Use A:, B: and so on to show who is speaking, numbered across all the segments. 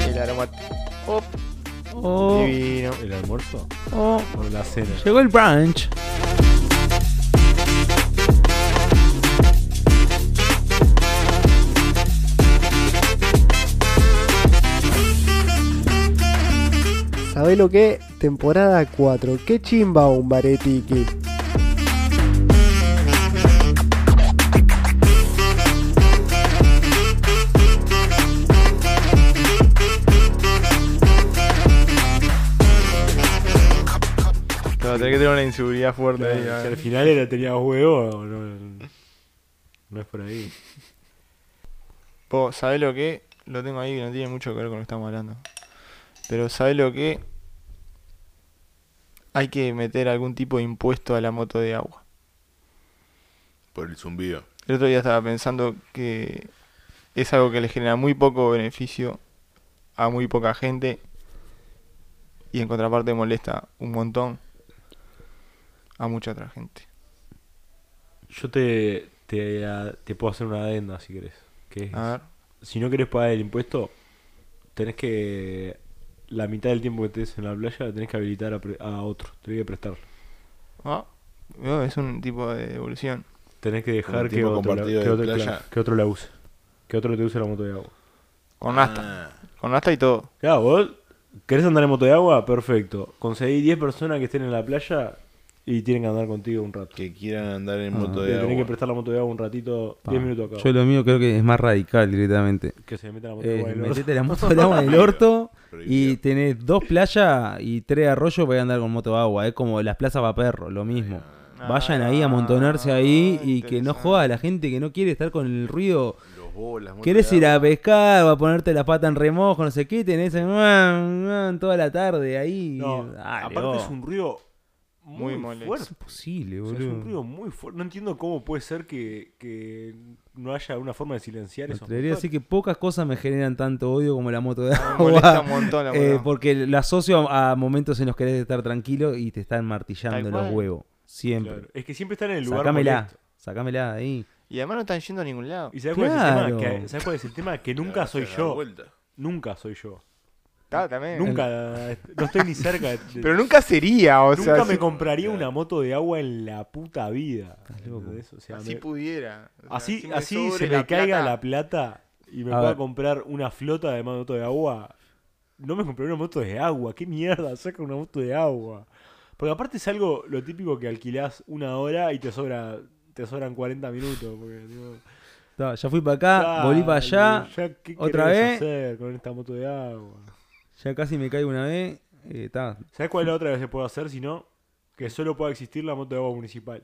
A: El aroma oh,
B: Oh,
A: divino.
C: ¿El almuerzo?
B: oh,
C: ¿O la cena?
B: llegó el brunch.
A: ¿Sabés lo que? Temporada 4. Qué chimba un baretiki.
D: No, tenés que tener una inseguridad fuerte
C: Claro,
D: ahí.
C: si
D: ¿eh?
C: al final era tenía huevo, no, no es por ahí.
D: Po, ¿sabés lo que? Lo tengo ahí que no tiene mucho que ver con lo que estamos hablando. Pero ¿sabés lo que? Hay que meter algún tipo de impuesto a la moto de agua.
E: Por el zumbido.
D: El otro día estaba pensando que es algo que le genera muy poco beneficio a muy poca gente y en contraparte molesta un montón a mucha otra gente.
C: Yo te, te, a- te puedo hacer una adenda si querés. que es,
D: A ver.
C: si no querés pagar el impuesto, tenés que. La mitad del tiempo que estés en la playa la tenés que habilitar a, pre- a otro. Te voy a prestar.
D: Ah, no, es un tipo de evolución.
C: Tenés que dejar que
E: tiempo
C: otro, la,
E: compartido
C: que,
E: de
C: otro,
E: playa.
C: claro, que otro la use. Que otro te use la moto de agua.
D: Con asta. Con asta y todo.
C: Claro, vos querés andar en moto de agua, perfecto. Conseguí 10 personas que estén en la playa y tienen que andar contigo un rato.
E: Que quieran andar en
B: Ah,
E: moto
C: Le
E: de
C: tenés que
E: agua.
C: prestar la moto de agua un ratito, 10 minutos acá.
B: Yo lo mío creo que es más radical directamente.
C: Que se metan la moto de
B: Eh,
C: agua. en el orto.
B: metete la moto de agua en el orto
E: Prohibido.
B: y tenés dos playas y tres arroyos para andar con moto de agua. Es como las plazas para perros, lo mismo.
C: Ah,
B: Vayan ahí a amontonarse ahí y que no joda a la gente que no quiere estar con el ruido.
E: Los bolas, moto
B: Querés
E: de
B: ir
E: agua.
B: a pescar, va a ponerte la pata en remojo, no sé qué, tenés el muan, muan toda la tarde ahí.
C: No,
B: Dale,
C: aparte
B: vos.
C: es un río muy,
D: Muy molesto.
C: fuerte.
B: imposible,
C: O
B: boludo.
C: sea, es un río muy fuerte. No entiendo cómo puede ser que, que no haya una forma de silenciar
B: Me
C: eso.
B: atrevería a decir que pocas cosas me generan tanto odio como la moto de
D: Me Ah, molesta
B: agua.
D: un montón la
B: eh,
D: moto.
B: porque lo asocio a, a momentos en los que querés estar tranquilo y te están martillando
D: Tal
B: los
D: cual.
B: huevos. Siempre.
C: Es que siempre están en el lugar
B: Sacámela.
C: molesto.
B: Sacámela de ahí.
D: Y además no están yendo a ningún lado.
C: ¿Y sabes
B: Claro.
C: cuál es el tema? Que, ¿sabés cuál es el tema? Que
E: Te
C: nunca
E: vas a
C: soy
E: dar
C: yo.
E: vuelta.
C: Nunca soy yo.
D: Está, también.
C: Nunca. No estoy ni cerca. de- de-
D: Pero nunca sería, o
C: nunca
D: sea,
C: me
D: si,
C: compraría una moto de agua en la puta vida.
B: loco. Ah,
C: ¿Entendés? O sea, me-
D: si pudiera. O sea,
C: así,
D: si me
C: así
D: sobre
C: se me caiga
D: plata,
C: la plata y me
B: A
C: pueda
B: ver.
C: comprar una flota de moto de agua. No me compré una moto de agua. ¿Qué mierda? Saca una moto de agua. Porque aparte es algo lo típico que alquilás una hora y te sobra te sobran 40 minutos. Porque, digo,
B: Ta, Ya fui para acá, Ah, volví para allá.
C: dale, ya, ¿qué
B: otra
C: querés
B: vez.
C: hacer con esta moto de agua?
B: Ya casi me caigo una vez. Eh, ta,
C: ¿Sabes cuál es la otra que se puede hacer? Si no, que solo pueda existir la moto de agua municipal.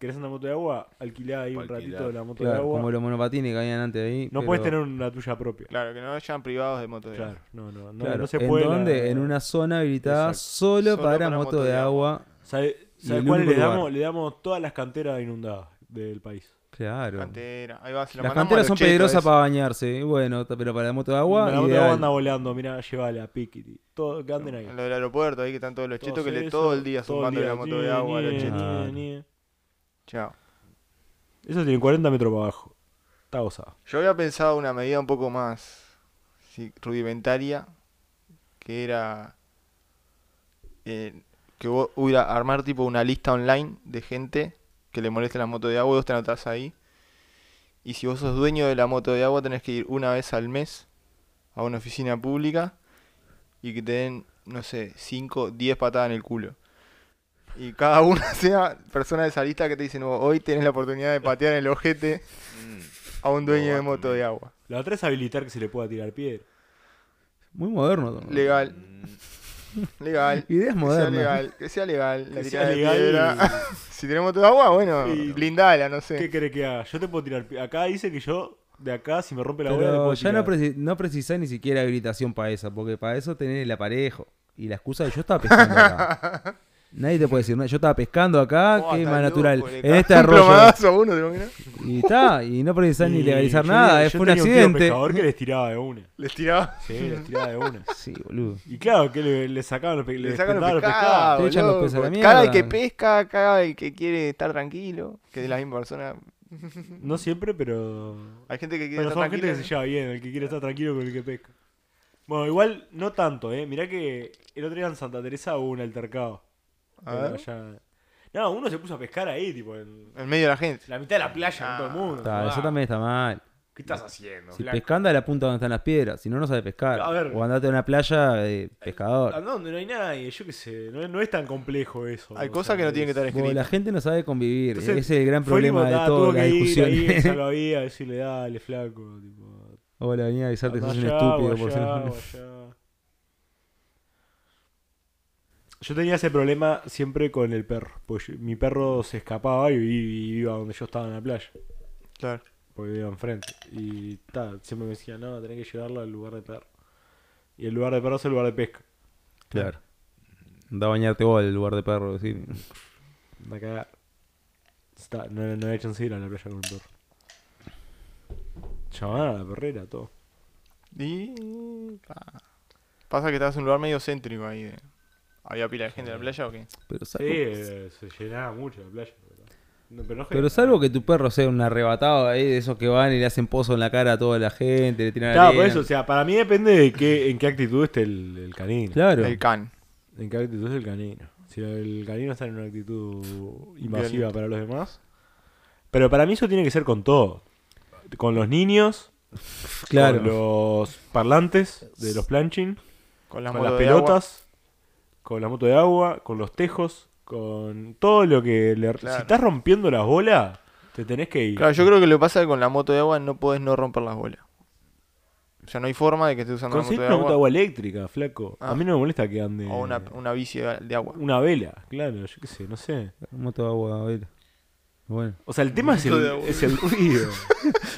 C: ¿Querés una moto de agua? Alquilá ahí un
E: Alquilá.
C: ratito de la moto de
B: claro,
C: agua.
B: como los monopatines que habían antes ahí.
C: No
B: pero-
C: puedes tener una tuya propia.
D: Claro, que no vayan privados de moto de
C: Claro,
D: agua.
C: no, no, no,
B: claro,
C: no se
B: ¿En
C: puede. la-
B: dónde? En una zona habilitada
C: Exacto.
B: solo,
D: Solo
B: para,
D: para
B: moto, de agua.
C: ¿Sabe,
B: Y
C: sabe
B: el
C: cuál
B: único
C: le
B: lugar.
C: damos? Le damos todas las canteras inundadas del país.
B: Claro.
D: Cantera. Ahí va, se lo
B: Las
D: mandamos a
B: canteras
D: los
B: son
D: chetos
B: peligrosas
D: esos.
B: para bañarse. y Bueno, ta- pero para la moto de agua.
C: la moto de agua
B: ideal.
C: anda volando, mirá, llévala, piquiti. Todo, que anden ahí.
D: En lo del aeropuerto, ahí que están todos los chetos
C: Todos
D: que le
C: esos,
D: todo el día
C: todo
D: zumbando la moto de
C: Nie,
D: agua a los
C: nie,
D: chetos.
C: nie, nie.
D: Chao.
C: Eso tiene 40 metros para abajo. Está gozado.
D: Yo había pensado una medida un poco más sí, rudimentaria, que era eh, que vos hubiera armar tipo una lista online de gente que le moleste la moto de agua y vos te anotás ahí. Y si vos sos dueño de la moto de agua tenés que ir una vez al mes a una oficina pública y que te den, no sé, 5, 10 patadas en el culo. Y cada una sea persona de esa lista que te dicen, "Vos hoy tenés la oportunidad de patear en el ojete
E: Mm.
D: a un dueño
E: Oh,
D: de moto de agua.
C: La otra es habilitar que se le pueda tirar piedra.
B: Muy moderno.
C: Mm.
B: todo.
D: Legal, legal.
B: Ideas
D: Que sea
B: modernas.
D: legal, que sea legal. La
C: Que
D: tirada
C: sea
D: de
C: legal
D: piedra. si tenemos todo agua, bueno,
C: Y-
D: blindala, no sé.
C: ¿Qué querés que haga? Yo te puedo tirar piedra. Acá dice que yo, de acá, si me rompe la bola, le
B: Pero
C: puedo
B: ya
C: tirar.
B: no, preci- no precisás ni siquiera habilitación para eso, porque para eso tenés el aparejo. Y la excusa de yo estaba pescando acá. Nadie te puede decir nada. Yo estaba pescando acá,
D: Oh,
B: Ah, qué
D: está
B: más natural.
D: loco, le
B: En
D: cae
B: este
D: un
B: arroyo.
D: plomadazo a uno, ¿te imaginas?
B: Y está, y no precisás ni
C: Y
B: legalizar
C: yo
B: nada,
C: tenía-
B: eh,
C: yo
B: fue un
C: tenía tío
B: accidente.
C: pescador que les tiraba de una.
D: Les tiraba.
C: Sí, les tiraba de una.
B: Sí, boludo.
C: Y claro, que le, le sacaban los, pe le
D: Le sacan
C: descontaban
D: los
C: los pescados.
D: pescados.
B: Te echan los
D: boludo.
B: peces a la
D: Cada el
B: mierda.
D: que pesca, cada el que quiere estar tranquilo, que es la misma persona.
C: No siempre, pero.
D: Hay gente que quiere
C: Pero
D: estar ¿eh?
C: son gente
D: tranquila.
C: que se lleva bien, el que quiere estar tranquilo con el que pesca. Bueno, igual no tanto, ¿eh? Mirá que el otro día en Santa Teresa hubo un altercado.
D: A
C: Pero
D: ver.
C: allá- No, uno se puso a pescar ahí, tipo, en
D: En medio de la gente.
C: la mitad de la playa, con todo el mundo.
B: Está,
C: Ah,
B: eso también está mal.
C: ¿Qué estás haciendo?
B: Si
C: flaco?
B: pescando a la punta donde están las piedras, si no, no sabe pescar.
C: A ver.
B: O andate a una playa de
C: ¿A
B: pescador.
C: dónde no hay nadie? Yo qué sé, no, no es tan complejo eso.
D: Hay
C: o
D: cosas
C: sea,
D: que no tienen que estar
B: Bueno, la
D: escritas.
B: gente no sabe convivir.
C: Entonces,
B: Ese es el gran
C: Fue el
B: problema
C: tipo,
B: de
C: ta,
B: todas
C: tuvo
B: las
C: que ir ahí,
B: discusiones.
C: salvavidas, decirle, dale, flaco. Tipo,
B: Hola, venía a avisarte que
C: andá
B: sos un
C: allá,
B: estúpido.
C: o
B: por ser-
C: allá, o allá. Yo tenía ese problema siempre con el perro. Porque yo- mi perro se escapaba y, y iba donde yo estaba en la playa.
D: Claro.
C: porque vivía enfrente. Y ta, siempre me decían, no, tenés que llevarlo al lugar de perro. Y el lugar de perro es el lugar de pesca.
B: Claro. Anda a bañarte vos al lugar de perro. sí.
C: Anda a cagar. Está, no, no había chance de ir a la playa con un perro. Llamaban a la perrera, todo.
D: Y. pa. Pasa que estabas en un lugar medio céntrico ahí. de- ¿Había pila de gente en la playa o qué?
B: Pero
C: Sí,
B: salvo,
C: eh, se llenaba mucho la playa. pero- No, pero no
B: pero salvo que tu perro sea un arrebatado ahí de esos que van y le hacen pozo en la cara a toda la gente, le tiran
C: Claro,
B: arena.
C: por eso, o sea, para mí depende de qué, en qué actitud esté el, el canino.
B: Claro.
D: El can.
C: En qué actitud es el canino. Si el canino está en una actitud invasiva
D: Violenta.
C: para los demás. Pero para mí eso tiene que ser con todo. Con los niños,
B: Claro.
C: con los parlantes de los planching,
D: Con las,
C: con las
D: motos de agua,
C: pelotas, con la moto de agua, con los tejos, con todo lo que le... Si
D: Claro.
C: estás rompiendo las bolas, te tenés que ir.
D: Claro, yo creo que lo que pasa es que con la moto de agua no podés no romper las bolas. O sea, no hay forma de que estés usando
C: Conseguí
D: una
C: una
D: moto de agua,
C: agua eléctrica, flaco. A
D: Ah.
C: mí no me molesta que ande...
D: o una, una bici de de agua.
C: una vela, claro, yo qué sé, no sé.
B: Moto de agua, a ver. Bueno,
C: O sea, el tema es
D: Moto
C: el,
D: de agua.
C: es el ruido.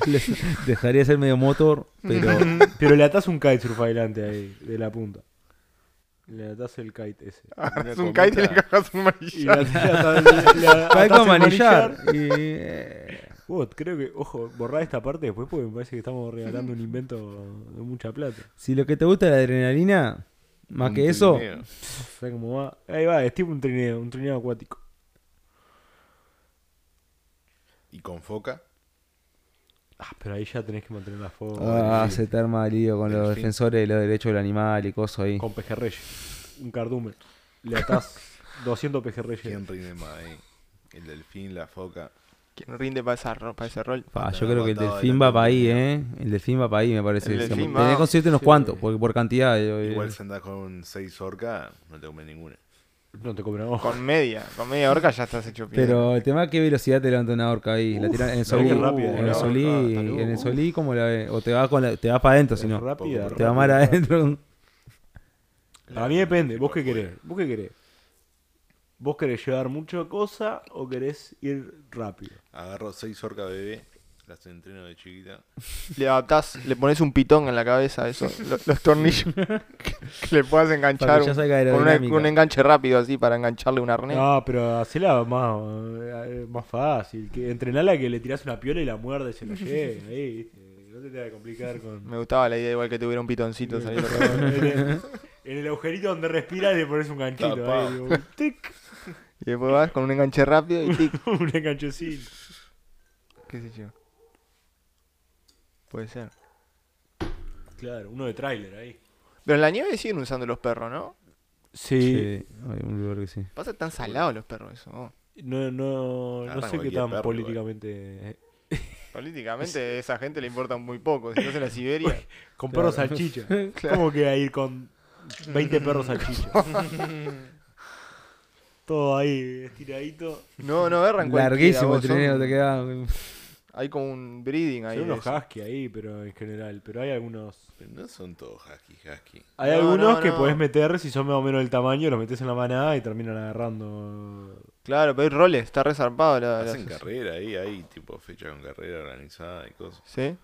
B: le- dejaría de ser medio motor, pero
C: Pero le atás un kitesurf adelante ahí, de la punta. Le atás el kite ese.
D: Agarras
E: Una
D: un kite y le
E: cometa.
D: agarras un
C: Y
D: manillar.
C: la, la- la-
B: hay
C: atás
B: como
C: el
B: manillar.
C: manillar.
B: Y, eh,
C: Vos, creo que, ojo, borrá esta parte después porque me parece que estamos regalando un invento de mucha plata.
B: si lo que te gusta es la adrenalina, más
E: Un
B: que eso,
E: trineo.
C: ¿Sabés cómo va? Ahí va, es tipo un trineo, un trineo acuático.
E: Y con foca.
C: Ah, pero ahí ya tenés que mantener la forma.
B: ah, se te arma el lío con
E: En
B: los
E: fin.
B: defensores de los derechos del animal y cosas ahí.
C: Con pejerreyes. Un cardumen. Le atás 200 pejerreyes.
E: ¿Quién rinde más ahí? El delfín, la foca.
D: ¿Quién rinde para, esa, ro- para ese rol?
B: Pa,
E: Te
B: yo
E: la
B: creo que el
E: mataba
B: delfín
E: de la
B: va para ahí, ¿eh? El delfín va para ahí, me parece.
D: El
B: Tenés
D: delfín
B: que
D: va.
B: conseguirte unos cuantos, porque por cantidad. eh,
E: Igual si andás con seis orcas, no te comes ninguna.
C: No te compran ojo.
D: Con media, con media horca ya estás hecho piedra.
B: Pero el tema es qué velocidad te levanta una orca ahí. la tiran en el
C: no,
B: solí.
C: qué rápido,
B: en
C: la
B: el solí,
E: orca, está loco.
B: en el solí, ¿cómo la ve? O te vas, con la- te vas para adentro, si
C: Es
B: no.
C: rápida,
B: Te vas más
C: rápida.
B: adentro.
C: Para mí depende, vos qué querés, vos qué querés. ¿Vos querés llevar mucha cosa o querés ir rápido?
E: Agarro seis orcas bebé, las entreno de chiquita.
D: Le adaptás, le pones un pitón en la cabeza, eso, lo- los, tornillos que, que le puedas
B: Para
D: enganchar
B: que ya
D: un-
B: salga
D: con una-
B: aerodinámica.
D: un enganche rápido así para engancharle un arnés.
C: No, pero hacela más, eh, más fácil. Que entrenala que le tirás una piola y la muerde y se la lleve. Ahí, ¿viste? No te tengas que complicar con.
D: Me gustaba la idea igual que tuviera un pitoncito saliendo.
C: en, el, en el agujerito donde respira le pones un ganchito.
E: Tapá.
C: Ahí, un, tic,
D: y después vas con un enganche rápido y tic,
C: un enganchecín.
D: qué sé yo. Puede ser.
C: Claro, uno de tráiler ahí.
D: Pero en la nieve siguen usando los perros, ¿no?
C: Sí.
B: Sí, hay un lugar que sí.
D: Pasa que están salados los perros eso. ¿no?
C: No, no, no
E: Agarran
C: sé qué
E: cualquier
C: tan
E: perro,
C: políticamente.
D: Políticamente a esa gente le importa muy poco. Si estás en la Siberia,
C: Con perros salchicha. ¿Cómo que a ir con 20 perros salchicha? Todo ahí estiradito.
D: no, no agarran cualquiera,
B: Larguísimo el
D: vos, son-
B: trineo, te queda.
D: Hay como un breeding ahí.
C: Hay unos
D: de eso.
C: husky ahí, pero en general. Pero hay algunos.
E: Pero no son todos husky, husky.
C: Hay
D: No,
C: algunos
D: no,
C: que
D: no.
C: podés meter si son más o menos del tamaño, los metes en la manada y terminan agarrando.
D: Claro, pero hay roles, está resarpado
B: Ah,
D: la, la
E: Hacen carrera ahí, hay tipo fecha con carrera organizada y cosas.
D: ¿Sí?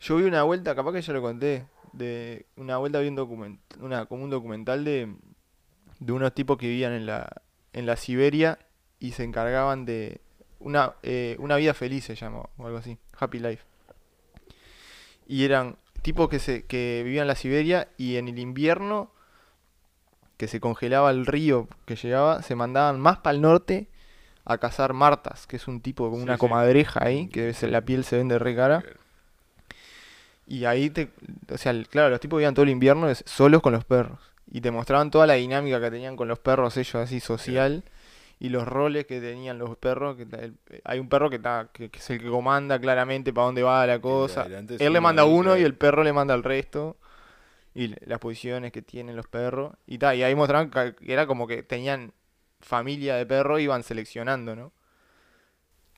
D: Yo vi una vuelta, capaz que ya lo conté, de una vuelta vi un documental, una, como un documental de, de unos tipos que vivían en la, en la Siberia y se encargaban de una, eh, una vida feliz se llamó, o algo así, Happy Life. Y eran tipos que, se, que vivían en la Siberia y en el invierno que se congelaba el río que llegaba, se mandaban más para el norte a cazar martas, que es un tipo como
C: Sí,
D: una
C: sí.
D: comadreja ahí, que se- la piel se vende re cara. Y ahí te. O sea, el- claro, los tipos vivían todo el invierno es- solos con los perros. Y te mostraban toda la dinámica que tenían con los perros, ellos así social. Y los roles que tenían los perros. Que, ta- el- hay un perro que, está que, que es el que comanda claramente para dónde va la cosa.
E: adelante es
D: Él le
E: uno,
D: manda a
E: el
D: uno
E: que-
D: y el perro le manda al resto. Y le- las posiciones que tienen los perros. Y, ta, y ahí mostraban ca- que era como que tenían familia de perro iban seleccionando, ¿no?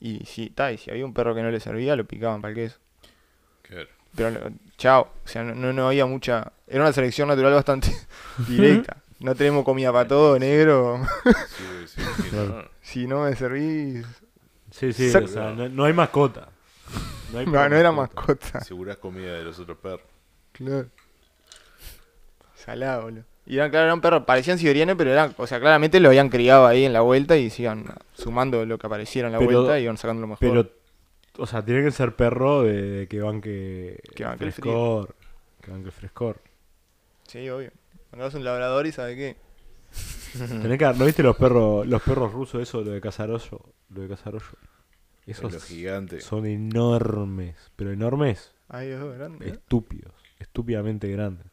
D: Y si, ta, y si había un perro que no le servía, lo picaban para el queso.
E: Claro.
D: Pero no- chao, o sea, no- no, no había mucha... Era una selección natural bastante directa. No tenemos comida para todo, negro.
E: Sí, sí, sí, no, no.
D: Si no me servís...
C: Sí, sí,
D: Exacto.
C: o sea, no, no hay mascota. hay
D: No, no era mascota.
E: Asegurás comida de los otros perros.
D: Claro. Salado, boludo. Y eran, claro, eran perros, parecían siberianos, pero eran, o sea, claramente lo habían criado ahí en la vuelta y se iban sumando lo que apareciera en la
C: Pero-
D: vuelta y iban sacando lo mejor.
C: Pero, o sea, tiene que ser perro de, de que banque
D: Que banque el
C: frescor. Que banque frescor.
D: Sí, obvio. Mandabas un labrador y sabe qué.
E: Mm.
C: Tenés que, ¿No viste los perros los perros rusos, eso, lo de Casaroyo? Lo de Casaroyo. Esos
E: Los gigantes.
C: son enormes, pero enormes,
D: Ay, es grande. ¿eh?
C: estúpidos, estúpidamente grandes.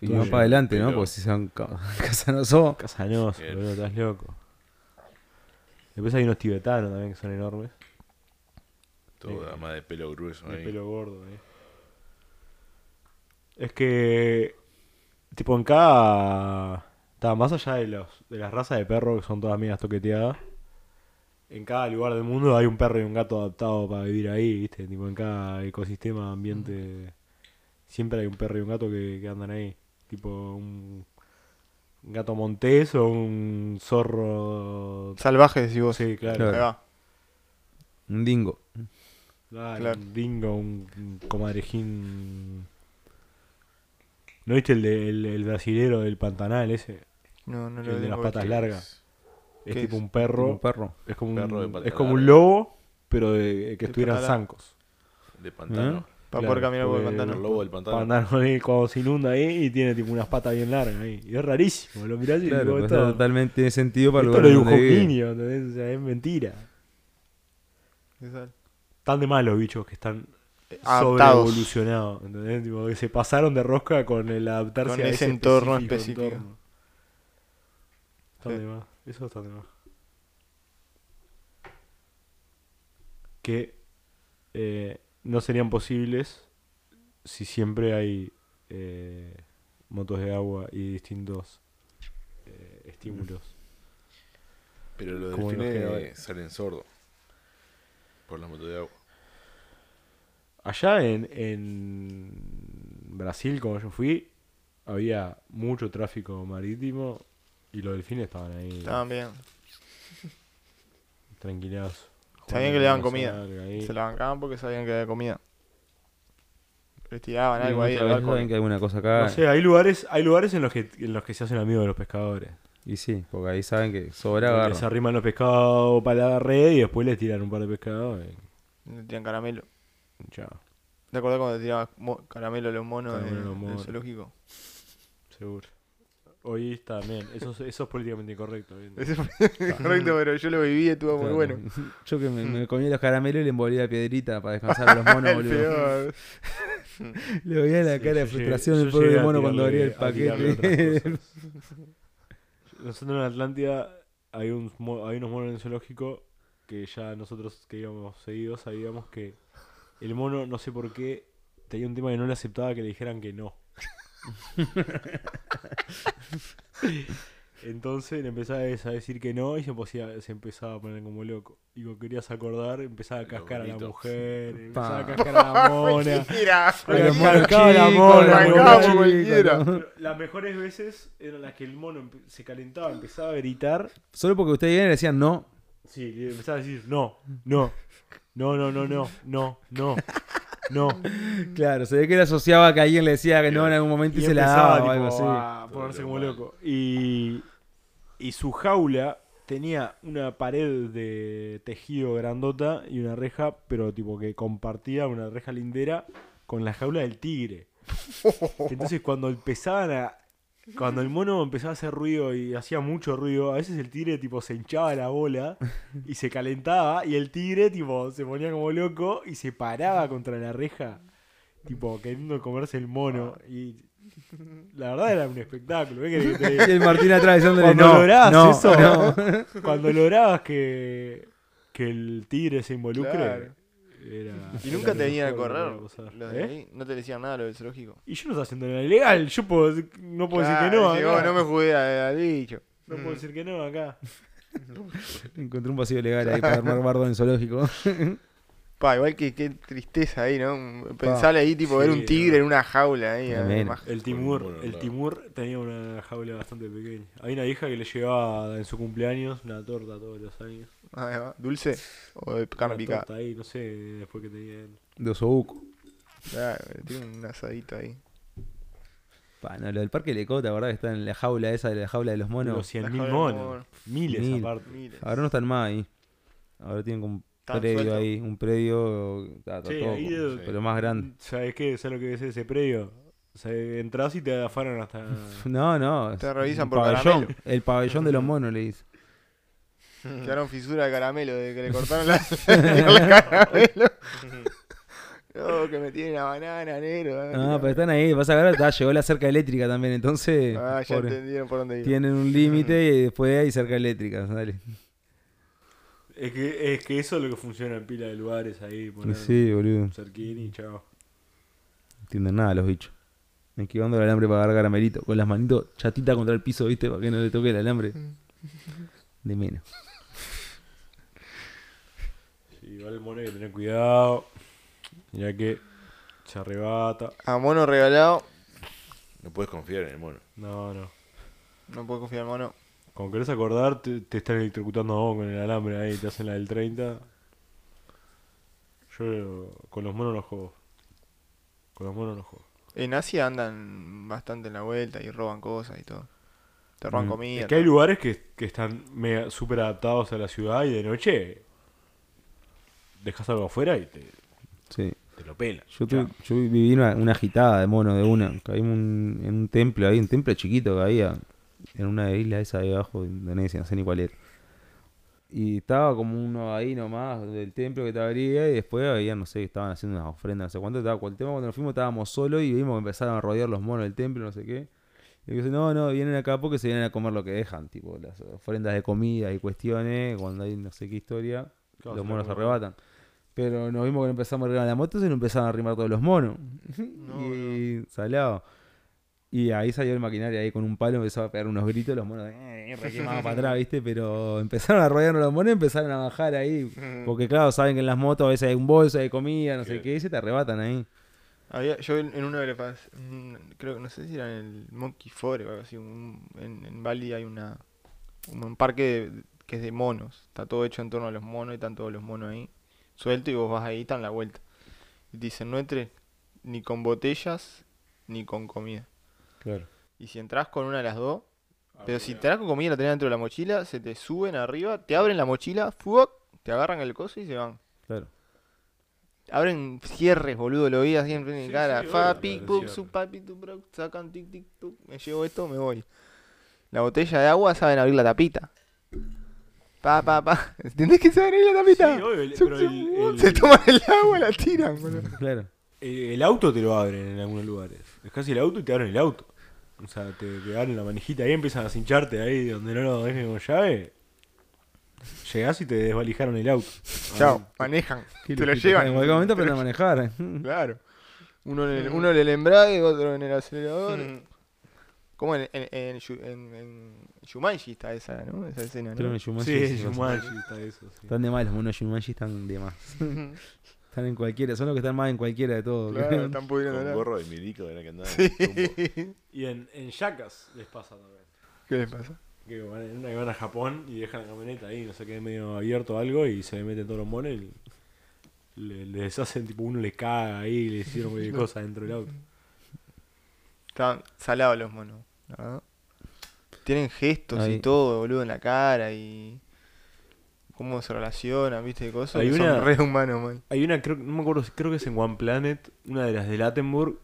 B: Y van
C: Tuyo,
B: para adelante, ¿no?
E: pero-
B: Porque si se van ca- casanoso.
C: Casanoso,
E: Bien.
C: boludo, estás loco. Después hay unos tibetanos también que son enormes.
B: eh,
E: Toda más de pelo grueso
C: De
E: ahí.
C: pelo gordo, eh. Es que. Tipo, en cada. Está, más allá de, los, de las razas de perro, que son todas medias toqueteadas. En cada lugar del mundo hay un perro y un gato adaptado para vivir ahí, ¿viste? Tipo, en cada ecosistema, ambiente. Siempre hay un perro y un gato que, que andan ahí. Tipo, un. un gato montés o un zorro.
D: Salvaje, decís vos.
C: Sí, claro.
B: Claro.
D: Ahí va.
B: Un dingo.
C: Claro,
D: Claro.
C: un dingo, un un comadrejín. ¿No viste el, de- el, el brasilero del Pantanal ese?
D: No, no lo
C: el de las
D: tengo
C: patas
D: visto.
C: largas. Es
D: ¿Qué
C: tipo
D: es?
C: un perro.
B: Un perro.
C: es como un,
E: perro de patas
C: es como un
E: largas.
C: lobo, pero de, que estuvieran
D: Pantanal.
C: zancos.
E: De
C: ¿Eh?
E: pantano.
D: Para
C: Claro,
D: poder caminar por el
C: porque-
E: El
D: pantano.
E: lobo del pantano.
C: Pantanal ahí cuando se inunda ahí y tiene tipo unas patas bien largas ahí. Y es rarísimo, lo mirás y
B: Claro, pues
C: digo,
B: pero
C: esto,
B: está totalmente tiene sentido para el
C: esto
B: lugar
C: lo
B: donde
C: dibujó un
B: vive.
C: niño, ¿entendés? O sea, es mentira.
D: Exacto.
C: Tan de mal los bichos que están
D: Adaptados.
C: sobreevolucionado, ¿entendés? Tipo, que se pasaron de rosca con el adaptarse
D: Con
C: a
D: ese
C: ese
D: entorno específico.
C: entorno. Está
D: Sí.
C: de más, eso está de más. Que eh, no serían posibles si siempre hay eh, motos de agua y distintos eh, estímulos.
E: Pero los
C: Como eh. los
E: delfines
C: generadores.
E: salen sordos. Por las motos de agua.
C: Allá en, en Brasil, como yo fui, había mucho tráfico marítimo y los delfines estaban ahí
D: Estaban bien.
C: tranquilados.
D: Sabían que le daban comida.
C: Ahí.
D: Se la bancaban porque sabían que había comida. Les tiraban
B: Y
D: algo ahí
B: otra
D: del
B: vez
D: barco.
B: saben que hay alguna cosa acá.
C: No sé, hay lugares, hay lugares en los que en los que se hacen amigos de los pescadores.
B: Y sí, porque ahí saben que sobra
C: Que se
B: agarra.
C: arriman los pescados para la red y después les tiran un par de pescados eh, y
D: Le tiran caramelo.
C: chao,
D: ¿Te acordás cuando te tiraban mo- caramelo a los monos
C: Caramelo a
D: en-
C: los
D: en
C: monos.
D: el zoológico?
C: seguro. Hoy está bien, eso, es- eso es políticamente incorrecto. ¿viste?
D: Ese fue correcto, pero yo lo viví y estuvo muy
B: Claro.
D: bueno.
B: Yo que me, me comí los caramelos y le envolví la piedrita para descansar a los monos,
D: El
B: boludo.
D: peor.
B: Le veía la
C: Sí,
B: cara de
C: yo
B: frustración
C: llegué-
B: del
C: yo
B: pobre
C: llegué a
B: mono cuando abría el
C: tirarle- a tirarle
B: paquete.
C: otras cosas. nosotros en Atlántida hay, un, mo- hay unos monos en el zoológico que ya nosotros que íbamos seguidos sabíamos que el mono, no sé por qué, tenía un tema que no le aceptaba que le dijeran que no. Entonces le empezaba a decir que no y se, posía- se empezaba a poner como loco. Y cuando querías acordar, empezaba a
E: Los
C: cascar a la
E: gritos.
C: mujer, empezaba a
B: Pa.
C: cascar a la mona.
D: Mira,
C: Pero
B: los
C: acá-
B: monos
C: acá la
B: chicos,
C: mona,
B: los
D: acá
B: monos
D: cualquiera.
B: chicos, ¿no?
C: Pero Las mejores veces eran las que el mono empe- se calentaba, empezaba a gritar.
B: Solo porque ustedes vienen y decían no.
C: Sí, y empezaba a decir, no, no, no, no, no, no, no, no, no.
B: Claro, se ve que él asociaba que alguien le decía que no en algún momento y, se la
C: empezaba,
B: daba o
C: tipo,
B: algo así.
C: a ponerse como loco. Y, Y su jaula tenía una pared de tejido grandota y una reja, pero tipo que compartía una reja lindera con la jaula del tigre. Entonces cuando empezaban a... Cuando el mono empezaba a hacer ruido y hacía mucho ruido, a veces el tigre tipo se hinchaba la bola y se calentaba y el tigre tipo se ponía como loco y se paraba contra la reja, tipo queriendo comerse el mono y la verdad era un espectáculo. ¿qué querés que te diga?
B: Y el Martín atravesándole.
C: Cuando
B: No,
C: lográs
B: no,
C: eso,
B: no.
C: cuando lograbas que, que el tigre se involucre.
D: Claro.
C: era-
D: Y nunca
C: era
D: te
C: lo
D: venían a
C: mejor que
D: correr.
C: podía pasar.
D: los de
C: ¿Eh?
D: ahí, No te decían nada lo del zoológico.
C: Y yo no estoy haciendo nada ilegal. Yo puedo, decir- no puedo decir que
D: Claro,
C: no. ¿eh?
D: dice,
C: acá.
D: "Oh, no me jugué a- al bicho.
C: No puedo decir que no acá.
B: Encontré un vacío legal ahí para armar bardo en el zoológico.
D: Pa, igual que qué tristeza ahí, ¿no? Pensar ahí, tipo, ver
C: Sí,
D: un tigre en una jaula ahí. ah,
B: Tremendo.
D: más-
C: El
E: Con un
C: Timur,
E: mono,
C: el
E: claro.
C: Timur tenía una jaula bastante pequeña. Hay una vieja que le llevaba en su cumpleaños una torta todos los años.
D: ahí va, ¿Dulce? O de carne
C: Una
D: picada.
C: torta ahí, no sé, después que tenía él.
B: De Osobuco.
D: Claro, tiene un asadito ahí.
B: Pa, no, lo del parque Lecota, la verdad que está en la jaula esa, de la jaula de los
C: Bueno,
B: monos.
C: 100.000
D: jaula de
C: monos.
D: mono.
C: Miles
B: Mil.
C: aparte.
D: Miles.
B: Ahora no están más ahí. Ahora tienen como un
D: Están
B: predio
D: sueltos.
B: ahí, un predio ah, está
C: Sí,
B: todo,
C: ahí de-
B: pero más grande.
C: ¿Sabes qué? ¿Sabes lo que es ese predio? O sea, entras y te afanan hasta.
B: No, no. es
D: Te revisan
B: un
D: por
B: pabellón,
D: caramelo.
B: El pabellón de los monos le dice.
D: Quedaron fisura de caramelo de que le cortaron la, el caramelo. no, que me tiene la banana, negro. eh.
B: Ah, pero están ahí, vas a ver, está, llegó la cerca eléctrica también, entonces
D: Ah, ya
B: pobre,
D: entendieron por dónde iba.
B: tienen un límite y después hay cerca eléctrica, dale.
C: Es que, es que eso es lo que funciona en pila de lugares ahí.
B: Y
C: Poner
B: Sí, boludo.
C: un cerquín y chao.
B: No entienden nada los bichos. Esquivando el alambre para agarrar caramelito, con las manitos chatitas contra el piso, viste, para que no le toque el alambre.
D: Mm.
B: De menos.
C: Sí, vale, mono, hay que tener cuidado. Mirá que se arrebata.
D: A mono regalado,
E: No puedes confiar en el mono.
C: No, no.
D: no puedo confiar en mono.
C: Como querés acordar, te, te están electrocutando a vos con el alambre ahí, te hacen la del 30. Yo con los monos no juego. Con los monos no juego.
D: En Asia andan bastante en la vuelta y roban cosas y todo. Te roban
B: Mm.
D: comida.
C: Es que hay lugares que, que están mega, súper adaptados a la ciudad y de noche dejas algo afuera y te,
B: Sí.
C: te lo pela.
B: Yo, tuve- yo viví una, una agitada de mono de una. Caímos un- en un templo ahí, un templo chiquito que había en una isla esa de abajo de Indonesia, no sé ni cuál era. Y estaba como uno ahí nomás del templo que te abría y después había, no sé, estaban haciendo unas ofrendas, no sé cuánto. Estaba, cual tema cuando nos fuimos estábamos solos y vimos que empezaron a rodear los monos del templo, no sé qué. Y dice, no, no, vienen acá porque se vienen a comer lo que dejan, tipo las ofrendas de comida y cuestiones, cuando hay no sé qué historia,
C: Claro,
B: los
C: se
B: monos
C: la comen.
B: arrebatan. Pero nos vimos que empezamos a arrimar la moto, se nos empezaron a arrimar todos los monos. y salado. Y ahí salió el maquinario ahí con un palo, empezó a pegar unos gritos, los monos eh, re quemados para atrás, ¿viste? Pero empezaron a rodearnos los monos y empezaron a bajar ahí.
D: Mm.
B: Porque claro, saben que en las motos a veces hay un bolso, hay comida, no sé qué, y se te arrebatan ahí.
D: Había, yo en en uno de los pas- mm, creo que no sé si era en el Monkey Forest o algo así, un- en, en Bali hay una un, un parque de- que es de monos, está todo hecho en torno a los monos y están todos los monos ahí, suelto y vos vas ahí y están la vuelta. Y te dicen, no entres ni con botellas ni con comida.
B: Claro.
D: Y si entras con una de las dos, pero si entras con comida y la tenés dentro de la mochila, se te suben arriba, te abren la mochila, ¡fuoc! te agarran el coso y se van.
B: Claro.
D: Abren cierres, boludo, lo vi así en frente de mi
C: Sí,
D: cara.
C: sí,
D: Fa,
C: obvio,
D: pic,
C: lo
D: puc,
C: cierran.
D: su, pa, pic, tu, pro, sacan, tic, tic, tuc, me llevo esto, me voy. La botella de agua saben abrir la tapita. Pa, pa, pa. ¿Entendés que saben abrir la tapita?
C: Sí, obvio, el-
D: Su,
C: pero
D: su,
C: el-
D: uh,
C: el-
D: Se toman el agua, la tiran, boludo.
B: Claro.
C: El, el auto te lo abren en algunos lugares. Dejás el auto y te abren el auto. O sea, te, te abren la manijita ahí, empiezan a cincharte ahí donde no lo dejen con llave. Llegás y te desvalijaron el auto.
B: Mm.
D: Chao, manejan. Te lo
B: En
D: llevan.
B: cualquier momento aprenden a manejar.
D: Claro. Uno en el, uno en el embrague, otro en el acelerador.
C: Mm.
D: Como en, en, en, Yu- en- en Jumanji está esa, ¿no? Esa escena,
B: Pero
D: ¿no?
B: en Shumanji
C: Sí,
B: se pasa.
C: Shumanji, está eso. sí.
B: Están de más, los monos Shumanji están de más. están en cualquiera, son los que están más en cualquiera de todos.
D: Claro, están pudiendo
E: Con
D: hablar.
E: gorro de milico era que andaba en el tumbo.
C: Y en, en Yakas les pasa también.
D: ¿Qué les pasa?
C: Que van, en una que van a Japón y dejan la camioneta ahí, no sé qué, medio abierto o algo, y se meten todos los monos y le, les hacen, tipo, uno les caga ahí, le hicieron cualquier cosa dentro del auto.
D: Estaban salados los monos, la verdad. Tienen gestos y
B: Ahí.
D: todo, boludo, en la cara y. cómo se relacionan, viste, cosas.
C: Hay
D: que
C: una-
D: Son re humanos, man.
C: Hay una, creo, no me acuerdo, si- creo que es en One Planet, una de las de Lattenburg,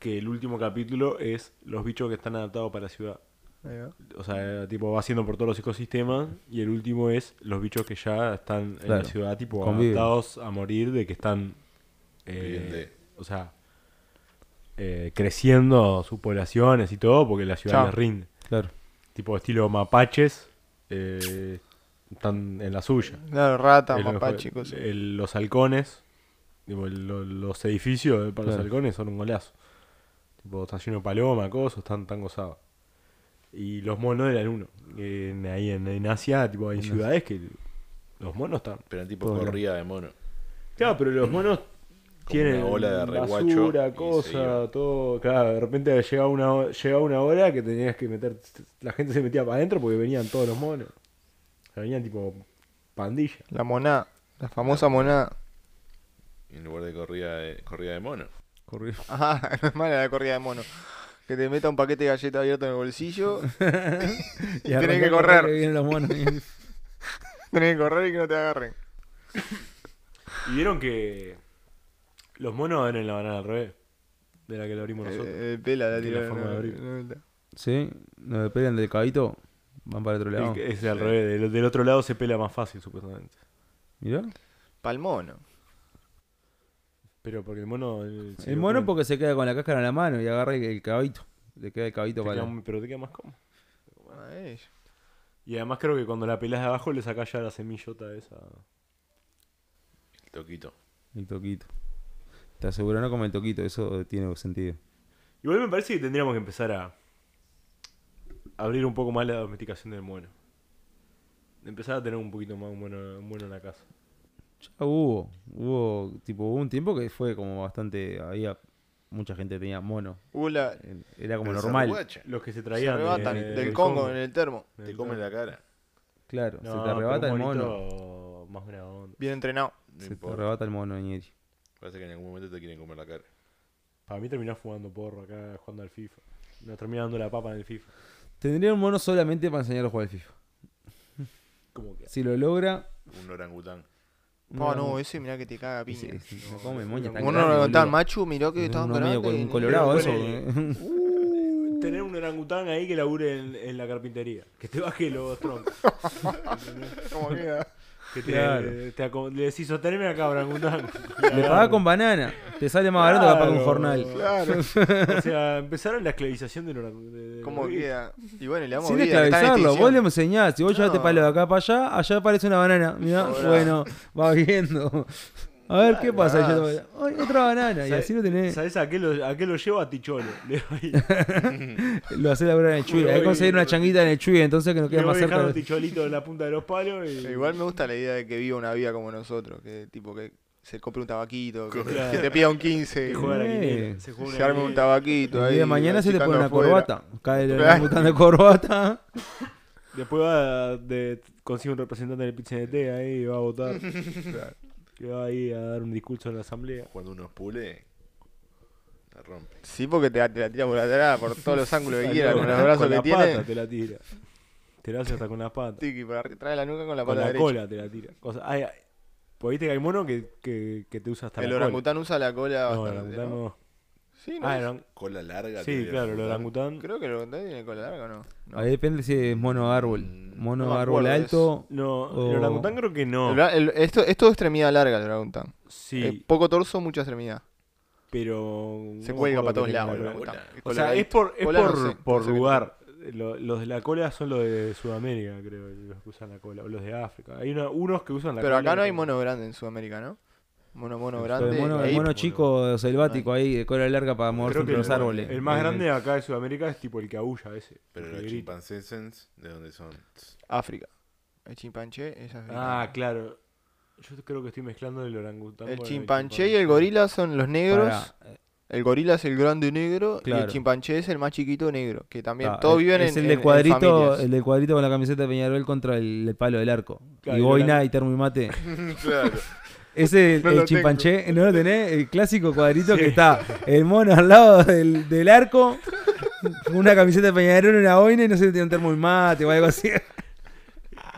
C: que el último capítulo es los bichos que están adaptados para la ciudad.
D: Ahí va.
C: O sea, tipo, va haciendo por todos los ecosistemas y el último es los bichos que ya están en la
B: Claro.
C: ciudad, tipo,
B: Conviven.
C: adaptados a morir de que están, eh,
E: Viven de-
C: o sea, eh, creciendo sus poblaciones y todo porque la ciudad
D: Chao.
C: les rinde.
B: Claro.
C: Tipo, estilo mapaches, eh, están en la suya.
D: Claro, rata,
C: Es lo que fue-
D: mapache, cosas.
C: el- los halcones, digo, el- lo- los edificios eh, para los
B: Claro.
C: halcones son un golazo. Tipo, está lleno de paloma, cosas, están tan gozados. Y los monos eran uno. En- ahí en, en Asia, tipo, hay
B: En Asia.
C: ciudades que los monos están.
E: Pero el tipo
B: Todo bien.
E: corría de mono.
C: Claro, pero los monos tienen
E: una bola de reguacho y
C: basura,
E: se iba.
C: cosa, todo. Claro, de repente llegaba una, ho- llegaba una hora que tenías que meter. La gente se metía para adentro porque venían todos los monos. O sea, venían tipo pandilla.
D: La moná, la famosa moná.
E: Y en lugar de corría de, corría de mono.
B: Corrió.
D: Ajá, Ah, no es mala la corrida de mono. Que te meta un paquete de galleta abierto en el bolsillo,
B: Y
D: que
B: arrancá a
D: correr.
B: que vienen los monos.
D: tenés que correr y que no te agarren.
C: Y vieron que los monos eran la banana al revés. De la que la abrimos
D: Eh,
C: nosotros.
D: eh, pela la
C: Tiene
D: tiraron.
C: forma
D: no,
C: de abrir.
D: no, no.
B: sí, nos despegan del cabito, van para el otro lado.
C: El que- es al revés. Del, del otro lado se pela más fácil, supuestamente.
B: Mirá.
D: Pa'l mono.
C: Pero porque el mono. El, se
B: El
C: lo
B: mono
C: come.
B: porque se queda con la cáscara en la mano y agarra el, el cabito. Le queda el cabito
C: Te
B: para...
C: queda- pero te queda más cómodo.
D: Ah, ellos.
C: Y además creo que cuando la pelás de abajo le sacás ya la semillota esa.
E: El toquito.
B: El toquito. Te aseguro, no como el toquito, eso tiene sentido.
C: Igual me parece que tendríamos que empezar a abrir un poco más la domesticación del mono. Empezar a tener un poquito más un mono, un mono en la casa.
B: Ya hubo, hubo, tipo, hubo un tiempo que fue como bastante, había mucha gente tenía mono.
D: Hubo Uh, la.
B: Era como
E: Pero esa
B: normal.
E: guacha,
C: Los que se
D: Se
C: traían
D: arrebatan
C: de-
D: del Congo, en el termo.
E: Te come la cara.
B: Claro,
C: No,
B: se te arrebata
C: pero
B: el
C: un
B: mono.
C: monito Más buena onda.
D: Bien entrenado.
E: No
B: Se te
E: importa.
B: arrebata el mono, Ñeri.
E: Parece que en algún momento te quieren comer la cara.
C: Para mí terminás fumando porro acá, jugando al FIFA. Nos termina dando la papa en el FIFA.
B: Tendría un mono solamente para enseñar a jugar al FIFA.
C: Como que.
B: Si lo logra...
E: Un orangután.
D: No, no, ese mirá que te caga piña.
B: ese- ese- no come moña tan
D: Uno
B: grande,
D: lo tan
B: boludo.
D: macho, miró que estaba
B: Uno medio con un
D: grande.
B: colorado eso.
C: Pero
B: eh.
C: Tener un orangután ahí que labure en, en la carpintería. Que te baje los troncos.
D: Como queda.
C: Que te,
B: Claro.
C: te acom- le decís, sosteneme acá, orangután.
B: Le pagás con banana. Te sale más barato que pagar con
C: Claro.
B: jornal.
D: Claro.
C: O sea, empezaron la esclavización del orangután.
D: Como queda. Y bueno, le damos
B: Sin
D: vida. que está en
B: esclavizarlo, vos le
D: extinción.
B: enseñás, si vos llevaste
D: No.
B: palo de acá para allá, allá aparece una banana, mirá,
D: Ahora.
B: bueno, va viendo. A ver qué pasa,
D: ah,
B: Yo te voy a- Ay, otra banana, y
C: ¿Sabes-
B: así lo tenés,
C: ¿Sabes a qué lo, a qué lo llevo? A Ticholo. Le voy,
B: lo hacés laburar en el chuy,
C: Lo
B: hay que
C: voy-
B: conseguir una changuita en el chuy, entonces que nos
C: le
B: queda
C: voy
B: más cerca.
C: dejando
B: de-
C: Ticholito en la punta de los palos. Y...
D: Igual me gusta la idea de que viva una vida como nosotros. Que tipo que se compre un tabaquito. Que,
C: Claro.
D: que te pida un 15.
C: que juega a la
B: Eh.
C: quiniela, Se juega
D: Se arme un
C: quiniela.
D: tabaquito
B: El
D: ahí.
B: día de mañana se le pone una
D: achicando afuera.
B: corbata, cae el
D: Claro.
B: orangután de corbata.
C: Después va de, consigue un representante del PCNT ahí y va a votar. Que va ahí a dar un discurso en la asamblea.
E: Cuando uno pule, la rompe.
D: Sí, porque te, te la tira por atrás, por todos los ángulos que
C: Ahí
D: quiera,
C: va,
D: con los brazos
C: con
D: que
C: la
D: tiene.
C: Pata te la tira. Te la hace hasta con las patas.
D: Tiki, para arriba, trae la nuca con la
C: con
D: pata
C: la
D: derecha.
C: cola te la tira. O sea, hay- hay- pues viste que hay mono que, que, que te usa hasta
D: El
C: la cola.
D: orangután usa la cola
C: No, el
D: bastante.
C: orangután
D: ¿no?
C: no.
D: Sí, no
C: Ah,
D: es-
C: el orang-
E: Cola larga.
C: Sí,
E: tiene
C: claro, el orangután.
D: Creo que el orangután tiene cola larga o no. No.
B: Ahí depende si es mono árbol, mono
D: No me
B: árbol
D: acuerdo de
B: alto.
C: No,
B: O-
C: el orangután creo que no.
D: El- el- esto, esto es extremidad larga el orangután.
C: Sí,
D: Eh, poco torso, mucha extremidad.
C: pero.
D: Se
C: no me
D: cuelga
C: acuerdo
D: para todos
C: qué
D: lados el
C: tenía la cola.
E: cola.
D: orangután.
C: O sea, es por, es
D: Cola no
C: por,
D: sé,
C: por
D: no sé qué
C: lugar. Lo- los de la cola son los de Sudamérica, creo, los que usan la cola. O los de África. Hay una- unos que usan la
D: Pero
C: cola.
D: acá no hay
C: como-
D: mono grande en Sudamérica, ¿no? Mono, mono
B: Pero
D: grande.
B: El mono, el
D: ahí-
B: mono chico selvático ahí, de cola larga para moverse
C: Creo que
B: entre los
C: el,
B: árboles.
C: el más
B: Eh,
C: grande acá de Sudamérica es tipo el que aúlla ese.
E: Pero
C: el
E: los
C: que grita.
E: chimpancésens, ¿de dónde son?
D: África. El chimpancé es africano.
C: Ah, claro. Yo creo que estoy mezclando el orangután.
D: el
C: con
D: chimpancé y el gorila son los negros.
B: para-
D: El gorila es el grande negro y el
B: eh. Claro.
D: chimpancé es el más chiquito negro. Que también
B: Ta,
D: todos
B: es-
D: viven
B: es
D: en
B: el del
D: en- en
B: cuadrito,
D: familias.
B: el del cuadrito con la camiseta de Peñarol contra el, el palo del arco.
C: Claro,
B: y
C: y
B: boina
C: la-
B: y termo y mate.
E: claro.
B: Ese es
D: No
B: el
D: lo
B: chimpancé, ¿no lo tenés? El clásico cuadrito que está el mono al lado del, del arco, una camiseta de Peñarol, una boina y no sé, tiene un termo de mate o algo así.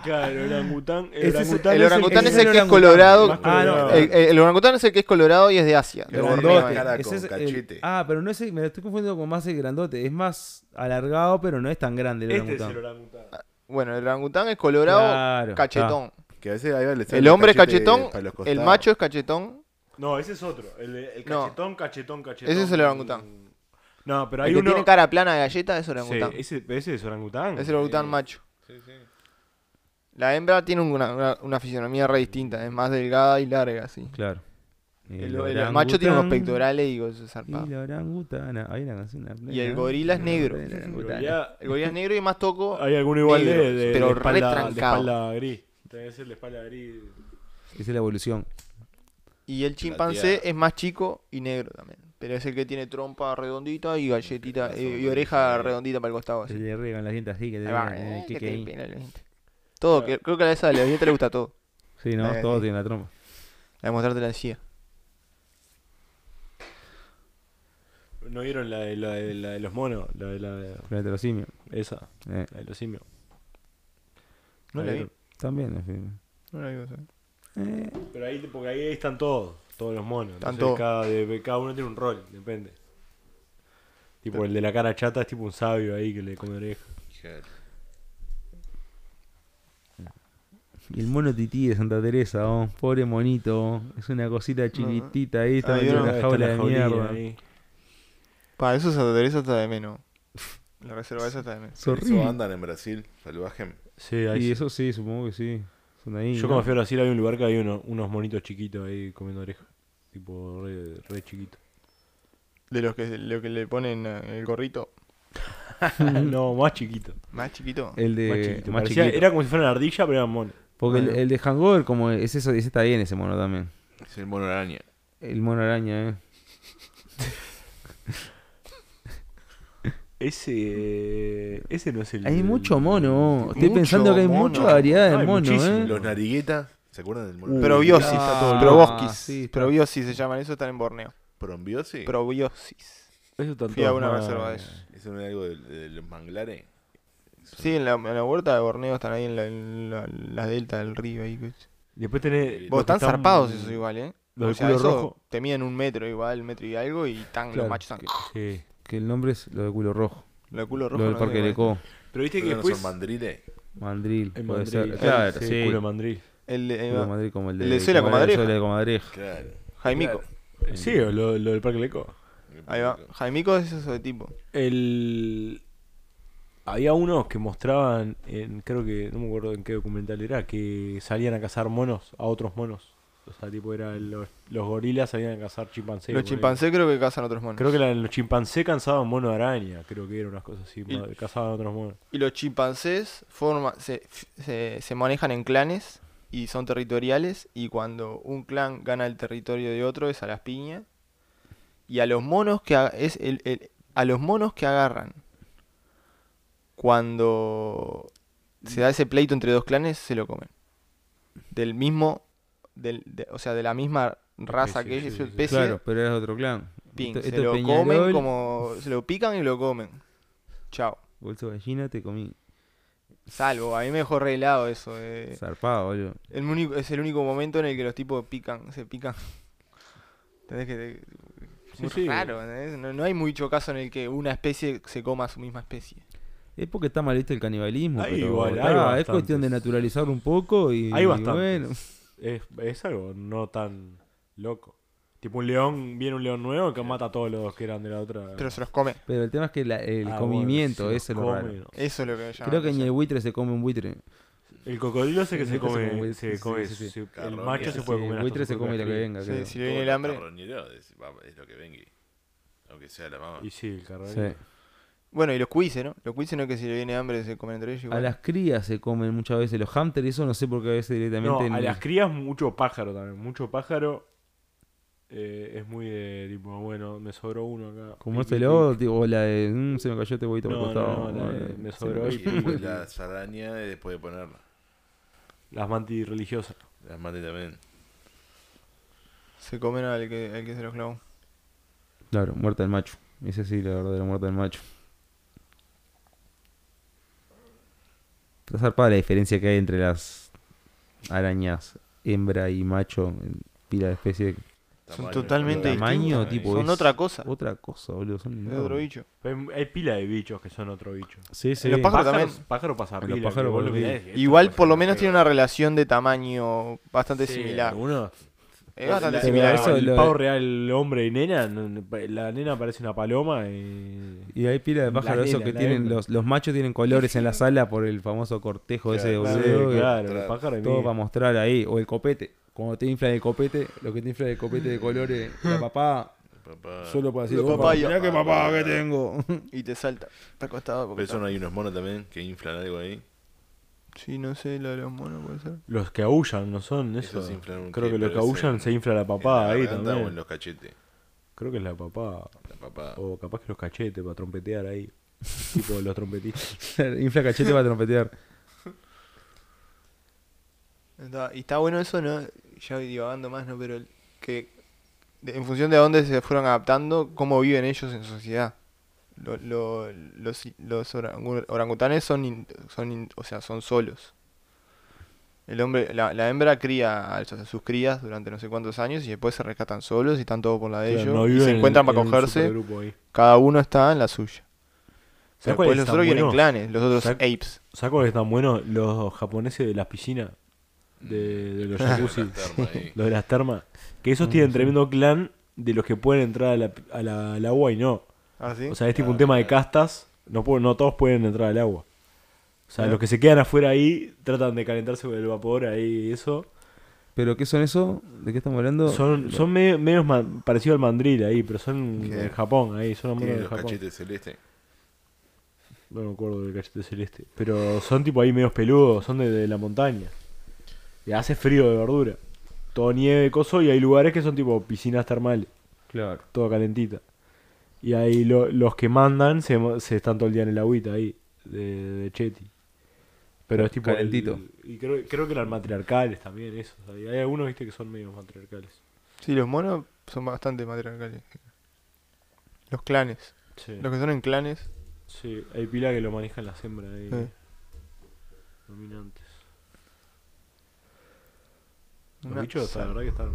C: Claro, el orangután. El
B: Ese es-
C: orangután,
D: El
C: es
D: orangután
B: ese
D: es
B: es
D: el
B: el
D: que es
B: orangután.
D: colorado.
C: Más
B: Ah, no.
D: El, el- el orangután es el que es colorado y es de Asia. de
E: Grandote.
D: Borneo.
E: Cara con
B: Ese es el-
E: cachete.
B: ah, pero no es el- me lo estoy confundiendo con más el grandote. Es más alargado, pero no es tan grande el
C: Este es
B: orangután.
C: el orangután.
D: Bueno, el orangután es colorado,
B: Claro,
D: cachetón.
E: Que a veces ahí va, le sale
D: El hombre es
E: cachete
D: cachetón,
E: para los costados.
D: el macho es cachetón.
C: No, ese es otro. El, el
D: No.
C: cachetón, cachetón, cachetón.
D: Ese es el orangután.
C: No, pero
D: El
C: hay
D: que
C: uno.
D: tiene cara plana de galleta es eh,
C: Sí,
D: orangután.
C: ese, pero ese es orangután.
D: es el orangután macho.
E: Sí, sí.
D: La hembra tiene una, una- una fisionomía re distinta, es más delgada y larga, así.
B: Claro.
D: El, el macho tiene unos pectorales, digo, eso es zarpado.
B: Y la orangutana. Hay una canción. una-
D: Y el gorila es negro.
B: El
C: Pero
B: orangután.
C: ya
D: El gorila es negro y más toco.
C: hay alguno igual de,
D: negro,
C: de-
D: pero
C: de
D: re
C: espalda, de
D: trancado.
C: espalda gris. Tiene que ser de espalda gris.
B: Esa es la evolución.
D: Y el chimpancé es más chico y negro también. Pero es el que tiene trompa redondita y galletita eh, y, oreja redondita para el costado.
B: Se
D: Así.
B: le riegan las dientes así que te
D: Ahí va,
B: vienen, eh,
D: eh,
B: que-
D: que te
B: que-
D: pela la gente. Todo, que- creo que a esa de la gente le gusta todo.
B: Sí, no,
D: Eh,
B: todos
D: sí.
B: tienen la trompa.
D: La de mostrarte la encía.
C: ¿No vieron la de, la de, la de los monos? La de la de-
B: La heterosimio.
C: esa,
B: Eh,
C: la de los simios.
D: No la vi.
B: también, en fin.
D: No la vi. o sea.
B: Eh,
C: Pero ahí, porque ahí están todos, todos los monos.
D: Están
C: Entonces,
D: todos.
C: Cada, de- cada uno tiene un rol, depende. Tipo, el de la cara chata es tipo un sabio ahí que le come oreja.
E: Claro.
B: y el mono tití de Santa Teresa, oh, pobre monito. Es una cosita chiquitita ahí, está
D: Ah,
B: metido en
D: vieron,
B: una jaula de mierda.
D: Para eso Santa Teresa está de menos. La reserva esa está de menos.
B: Es
E: Eso
B: horrible.
E: andan en Brasil, salvaje.
C: Sí, ahí
B: Y
C: sí.
B: eso sí, supongo que sí. Son ahí.
C: Yo
B: ¿no?
C: cuando fui a Brasil había un lugar que había uno- unos monitos chiquitos ahí comiendo oreja. Tipo, re, re chiquito.
D: De los que, lo que le ponen eh, el gorrito.
C: no, más chiquito.
D: Más chiquito.
B: El de.
C: más chiquito.
B: más
C: Parecía-
B: chiquito.
C: Era como si fuera una ardilla, pero era un mono.
B: Porque el,
D: Bueno.
B: el de Hangover, como es eso, ese está bien ese mono también.
E: Es el mono araña.
B: El mono araña, eh.
C: Ese. eh, Ese no es el.
B: Hay mucho mono. Estoy
D: Mucho
B: pensando que hay
D: mono.
B: mucha variedad de
C: Hay
B: mono,
C: muchísimo.
B: eh.
E: Los nariguetas, ¿se acuerdan del mono?
D: Uh, Probiosis.
B: está todo loco.
D: proboscis.
B: Ah, sí, está.
D: probiosis se llaman. Eso están en Borneo.
E: Prombiosis.
D: Probiosis.
C: Eso tanto.
D: Fui a una reserva de eso.
E: Eso no es algo de, de los manglares.
D: Sí, en la, en la huerta de Borneo están ahí en la, en la- la delta del río. ahí. que-
C: Después
D: Vos
C: tenés. los que
D: están zarpados esos igual, ¿eh?
C: Los
D: O
C: de
D: sea,
C: culo
D: eso
C: rojo.
D: te miden un metro igual, metro y algo, y tan,
B: Claro,
D: los machos están...
B: que-
C: Sí.
B: Que el nombre es lo de culo rojo.
D: Los culo rojo.
B: Lo del
D: no
B: Parque
D: sé,
B: del
D: igual. pues?
B: Eco.
C: Pero viste
E: ¿Pero
C: que
E: no
C: después.
E: son mandriles?
B: Mandril.
C: El
B: puede
C: mandril,
B: ser. Claro,
C: sí,
B: sí.
C: Culo mandril.
D: El, de-
B: Culo de mandril como el de.
D: El de Soy la
B: como era de
D: Comadreja.
B: Soy la Comadreja.
E: Claro.
D: Jaimico.
C: Sí, o lo, lo del Parque Leco.
D: Ahí va. Jaimico es eso de tipo.
C: El. Había unos que mostraban, en, creo que, no me acuerdo en qué documental era, que salían a cazar monos, a otros monos. O sea, tipo, era los, los gorilas salían a cazar chimpancés.
D: los
C: por ahí.
D: chimpancés creo que cazan otros monos.
C: Creo que la- los chimpancés cansaban mono araña, creo que eran unas cosas así,
D: Y-
C: ma- cazaban otros monos.
D: Y los chimpancés forma, se, se, se manejan en clanes y son territoriales. Y cuando un clan gana el territorio de otro es a las piñas. Y a los monos que a- es el, el- a los monos que agarran cuando se da ese pleito entre dos clanes se lo comen. Del mismo, del, de- o sea, de la misma raza
C: sí,
D: que
C: sí,
D: ellos,
C: sí, sí.
D: especie,
B: Claro, pero es otro clan.
D: pin,
B: Esto-
D: se
B: esto es
D: lo
B: Peñarol,
D: comen como se lo pican y lo comen. Chao.
B: Bolso de gallina te comí.
D: Salvo, a mí me dejó re helado eso. eh.
B: Zarpado, boludo.
D: El único, es el único momento en el que los tipos pican, se pican. Tenés que. te-
C: Sí,
D: muy
C: sí.
D: raro, ¿entendés? no, no hay mucho caso en el que una especie se coma a su misma especie.
B: Es porque está mal visto el canibalismo.
C: Hay
B: pero
C: igual, hay
B: está, es
C: bastantes.
B: cuestión de naturalizar un poco y,
C: Hay
B: y
C: bastantes.
B: bueno.
C: Es, es algo no tan loco. Tipo un león, viene un león nuevo que mata a todos los que eran de la otra.
D: Pero se los come.
B: Pero el tema es que la- el
C: Ah, bueno,
B: comimiento,
C: si los
B: ese es lo
C: come,
B: raro.
C: no.
D: Eso es lo que me llama.
B: Creo que
D: la
B: ni el
D: atención.
B: buitre se come un buitre.
C: El cocodrilo sé que
B: El
C: se
B: buitre se
C: come.
B: come,
C: Se
B: sí,
C: come
B: sí, sí,
C: se- el
E: Carroña.
C: macho se
E: Sí,
C: puede comer.
B: el
C: hasta
B: buitre
C: su
B: se come
C: propia
B: lo que
C: cría.
B: venga,
D: Sí,
B: creo.
D: si le viene el hambre.
E: carroñero es, va, es lo que venga. Aunque sea la mamá.
C: Y sí, el carroñero.
B: Sí.
D: Bueno, y los cuises, ¿no? Los cuises no es que si le viene hambre se comen entre ellos.
B: A
D: igual.
B: las crías se comen muchas veces los hamsters, eso no sé por qué a veces
C: No,
B: directamente.
C: a
B: en-
C: las crías mucho pájaro también. Mucho pájaro eh, es muy de tipo, bueno, me sobró uno acá.
B: Como
C: Pic,
B: este
C: pic,
B: lobo, tipo, o la de. "Mm, se me cayó este huevito por el
C: No, no,
B: costado.
C: no, la de-
B: eh,
C: me
B: se me
C: sobró
B: cayó".
C: y-
E: Y la saraña después de ponerla.
C: pic. Las mantis religiosas.
E: Las mate también.
D: Se comen al que, al que se los clavó.
B: Claro, muerta del macho. Esa sí, la verdad, la muerte del macho. Está zarpada la diferencia que hay entre las arañas hembra y macho en pila de especies.
E: Tamaño,
D: totalmente
B: Tamaño,
E: distintas,
B: tipo,
E: ahí.
D: Son
B: es-
D: otra cosa.
B: Otra cosa, boludo. Son
D: Es
B: enormes.
D: otro bicho.
C: Pero Hay pila de bichos que son otro bicho.
B: Sí, sí.
D: los pájaros
C: Pájaros-
D: también.
C: Pájaro pasa
B: Los
C: pila.
B: pájaros
C: que vos lo
B: pasa pila.
C: mirás y decís, esto
D: Igual
C: pasa
D: por lo
C: pila.
D: menos tiene una relación de tamaño bastante
C: Sí,
D: similar.
C: algunos-
D: Es bastante
C: la-
D: similar.
C: la-
B: Eso
C: el
B: lo-
C: pavo real, hombre y nena. no- no, La nena parece una paloma. Y...
B: Y hay pila de
C: La
B: pájaros esos
C: nena,
B: que
C: la
B: tienen,
C: hembra.
B: los, los machos tienen colores en la sala por el famoso cortejo ese de
E: Claro,
C: Sí,
B: boludo. que
C: claro,
E: claro.
C: los pájaros.
B: Todo
C: miran.
B: para mostrar ahí. O el copete. Cuando te inflan el copete, lo que te infla el copete de colores, la papá,
E: Papá.
B: solo para decir,
D: La
B: "Opa,
D: papaya".
B: mirá qué papá que tengo.
D: Y te salta. Está acostado
E: Pero
D: porque.
E: eso
D: está-
E: no hay unos monos también que inflan algo ahí.
D: Sí, no sé, lo de los monos puede ser.
C: Los que aullan, ¿no son eso?
E: Esos inflan un
C: Creo que
E: pie,
C: los que
E: pero es
C: aullan
E: en-
C: se infla la
E: en
C: papá
E: la
C: ahí
E: garganta
C: también.
E: o en los cachetes.
C: Creo que es la papá.
E: La papá.
C: O capaz que los cachetes para trompetear ahí. tipo los trompetistas.
B: Infla cachete para trompetear.
D: Está- y está bueno eso, ¿no? Ya divagando más, ¿no? Pero el- que de- en función de a dónde se fueron adaptando, cómo viven ellos en sociedad. Lo- lo- los los orangu- orangutanes son, in- son in- o sea, son solos. El hombre, la, la hembra cría a sus- a sus crías durante no sé cuántos años y después se rescatan solos y están todos por la de ellos.
C: No
D: y
C: viven
D: se
C: en-
D: encuentran para
C: en un
D: cogerse,
C: supergrupo ahí.
D: cada uno está en la suya. Después
C: ¿Sabes cuáles
D: los
C: están
D: otros vienen en
C: buenos?
D: clanes, los otros
C: ¿Sabes-
D: apes.
C: ¿Sabes cuáles están buenos? Los japoneses de las piscinas. De, de los jacuzzi.
E: Terma ahí.
C: los de las termas. Que esos tienen tremendo clan de los que pueden entrar a la, a la- al agua y no.
D: ¿Ah, sí?
C: O sea, es tipo un tema de castas. No, puedo- no todos pueden entrar al agua. O sea, los que se quedan afuera ahí tratan de calentarse con el vapor ahí y eso.
B: ¿Pero qué son eso? ¿De qué estamos hablando?
C: Son, son medio, medios man- parecidos al mandril ahí, pero son
E: ¿Qué?
C: en Japón ahí, son monos
E: Tiene
C: de
E: los
C: Japón.
E: cachetes celestes.
C: No me acuerdo del cachete celeste. Pero son tipo ahí medios peludos, son de, de la montaña. Y hace frío de verdura. Todo nieve, coso, y hay lugares que son tipo piscinas termales,
B: Claro.
C: todo calentita. Y ahí lo- los que mandan se, mo- se están todo el día en el agüita ahí, de, de Cheti. Pero es tipo. el-
B: Calentito.
C: y creo, creo que eran matriarcales también, esos. Hay, hay algunos, viste, que son medios matriarcales.
D: Sí, los monos son bastante matriarcales. Los clanes.
C: Sí.
D: Los que son en clanes.
C: Sí, hay pila que lo manejan las hembras ahí.
D: Eh.
C: Dominantes. Los
D: Una
C: bichos, la verdad que están.
D: Hay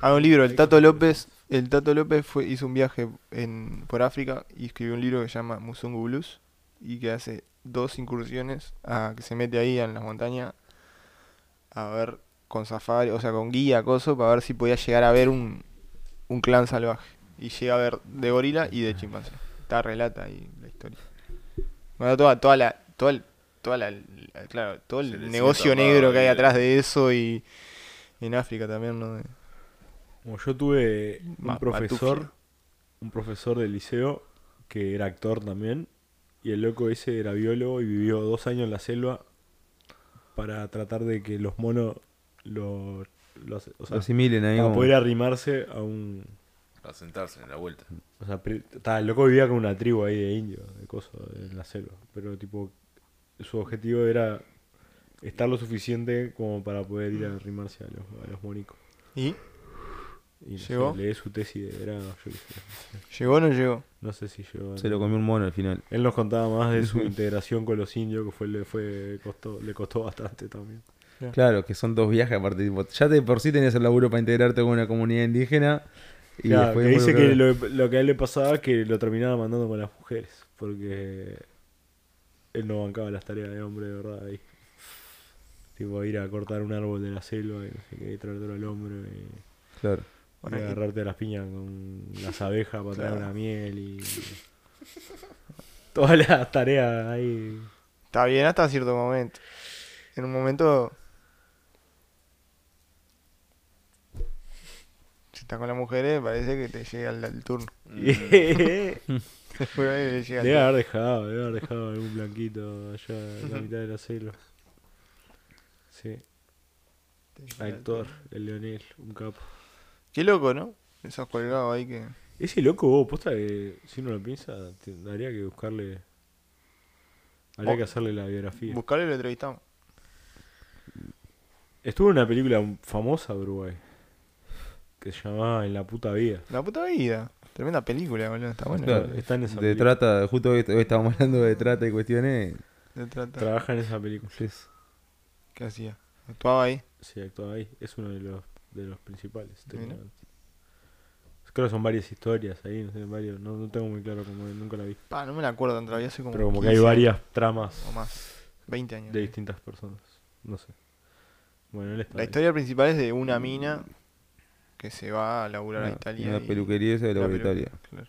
D: Ah, un libro, el Tato López. El Tato López fue, hizo un viaje en, por África y escribió un libro que se llama Musungu Blues y que hace dos incursiones a que se mete ahí en las montañas a ver con safari, o sea, con guía, coso, para ver si podía llegar a ver un, un clan salvaje. Y llega a ver de gorila y de chimpancé. Está relata ahí la historia. Bueno, toda, toda la, toda el- toda la- la- claro, todo
E: Se le
D: el
E: sigue
D: negocio
E: tapado
D: negro que hay
E: ahí.
D: atrás de eso y en África también, ¿no?
C: Como yo tuve un
D: Ma-
C: profesor,
D: patufia.
C: un profesor del liceo que era actor también, y el loco ese era biólogo y vivió dos años en la selva para tratar de que los monos lo, lo hace- o sea,
B: Lo asimilen ahí
C: para
B: como...
C: poder arrimarse a un
E: Para sentarse en la vuelta.
C: O sea, pri- ta, el loco vivía con una tribu ahí de indios, de cosas, en la selva. Pero, tipo, su objetivo era estar lo suficiente como para poder ir a arrimarse a los, a los monicos.
D: ¿Y?
C: Y no sé,
D: ¿Llegó?
C: leí su tesis de verano, yo qué sé.
D: ¿Llegó o no llegó?
C: No sé si llegó.
B: Se lo comió un mono al final.
C: Él nos contaba más de su integración con los indios, que fue, le, fue, costó, le costó bastante también.
B: Claro, que son dos viajes aparte. tipo, ya de por sí tenías el laburo para integrarte con una comunidad indígena. Y
C: Claro,
B: después
C: que
B: bueno,
C: dice
B: claro,
C: que lo, lo que a él le pasaba es que lo terminaba mandando con las mujeres, porque él no bancaba las tareas de hombre de verdad ahí. Tipo ir a cortar un árbol de la selva y no sé qué, y traértelo al hombro y, y
B: Claro.
D: Bueno, y-
C: agarrarte a las piñas con las abejas para traer
D: Claro.
C: una miel y. Todas las tareas ahí.
D: Está bien hasta cierto momento. En un momento. Si estás con las mujeres, parece que te llega el, el turno.
C: Debe
D: Después ahí le llega el turno.
C: haber dejado, debe haber dejado algún blanquito allá en la mitad de la selva. Sí,
D: Te llega el turno.
C: actor, el Leonel, un capo.
D: Qué loco, ¿no? Esos colgados ahí que.
C: Ese loco, vos, posta que si uno lo piensa, te- habría que buscarle. Habría
D: Oh.
C: que hacerle la biografía.
D: Buscarle y lo entrevistamos.
C: Estuvo en una película famosa de Uruguay que se llamaba En la puta vida.
D: La puta vida. Tremenda película, boludo. Está bueno.
B: Claro.
C: Está en esa
B: De
C: película.
B: trata, justo hoy, hoy estábamos hablando de trata y cuestiones.
D: de trata.
C: Trabaja en esa película.
D: ¿Qué hacía? Actuaba ahí.
C: Sí, actúa ahí. Es uno de los, de los principales. tengo
D: Mira.
C: Creo que son varias historias ahí, no sé, varios. No, no tengo muy claro cómo es, nunca la vi.
D: Pa, no me la acuerdo, en realidad hace como.
C: Pero como que hay
D: 15
C: varias tramas
D: O más. 20 años.
C: de distintas personas. No sé. Bueno, él está.
D: La
C: ahí.
D: historia principal es de una mina que se va a laburar a Italia.
B: Una
D: y-
B: peluquería esa de la
D: la peluca,
B: Italia.
D: claro.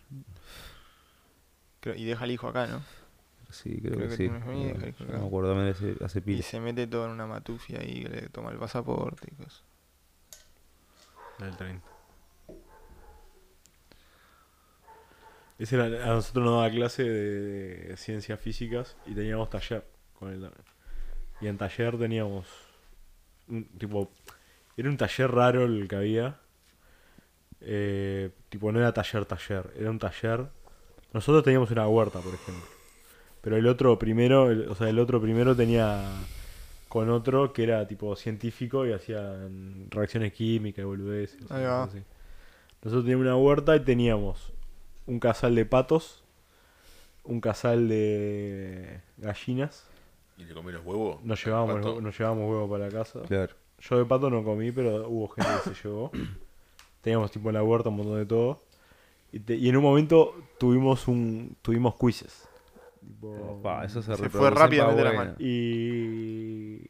D: Creo- y deja al hijo acá, ¿no?
B: Sí, creo,
D: Creo
B: que,
D: que
B: sí.
D: tiene una familia,
B: Bueno,
D: creo que
B: no me
D: acá.
B: acuerdo, me hace, hace
D: Y
B: pila.
D: se mete todo en una matufia y le toma el pasaporte y cosas.
C: La del tren. Ese era- a nosotros nos daba clase de, de ciencias físicas y teníamos taller con él también. Y en taller teníamos un tipo. Era un taller raro el que había. Eh, tipo, no era taller taller, era un taller. Nosotros teníamos una huerta, por ejemplo. Pero el otro primero, el- o sea, el otro primero tenía con otro que era tipo científico y hacían reacciones químicas y boludeces.
D: Ahí va.
C: cosas así. Nosotros teníamos una huerta y teníamos un casal de patos, un casal de gallinas.
E: ¿Y le comí los huevos?
C: Nos llevábamos,
E: Pato.
C: nos llevábamos huevo para la casa.
B: Claro.
C: Yo de pato no comí, pero hubo gente que se llevó. Teníamos tipo en la huerta un montón de todo. Y, te- y en un momento tuvimos un tuvimos quizzes. Tipo,
B: Pa, eso se,
D: Oh. Se fue
B: reproduce, pa,
D: rápidamente la
B: buena.
D: mano.
C: Y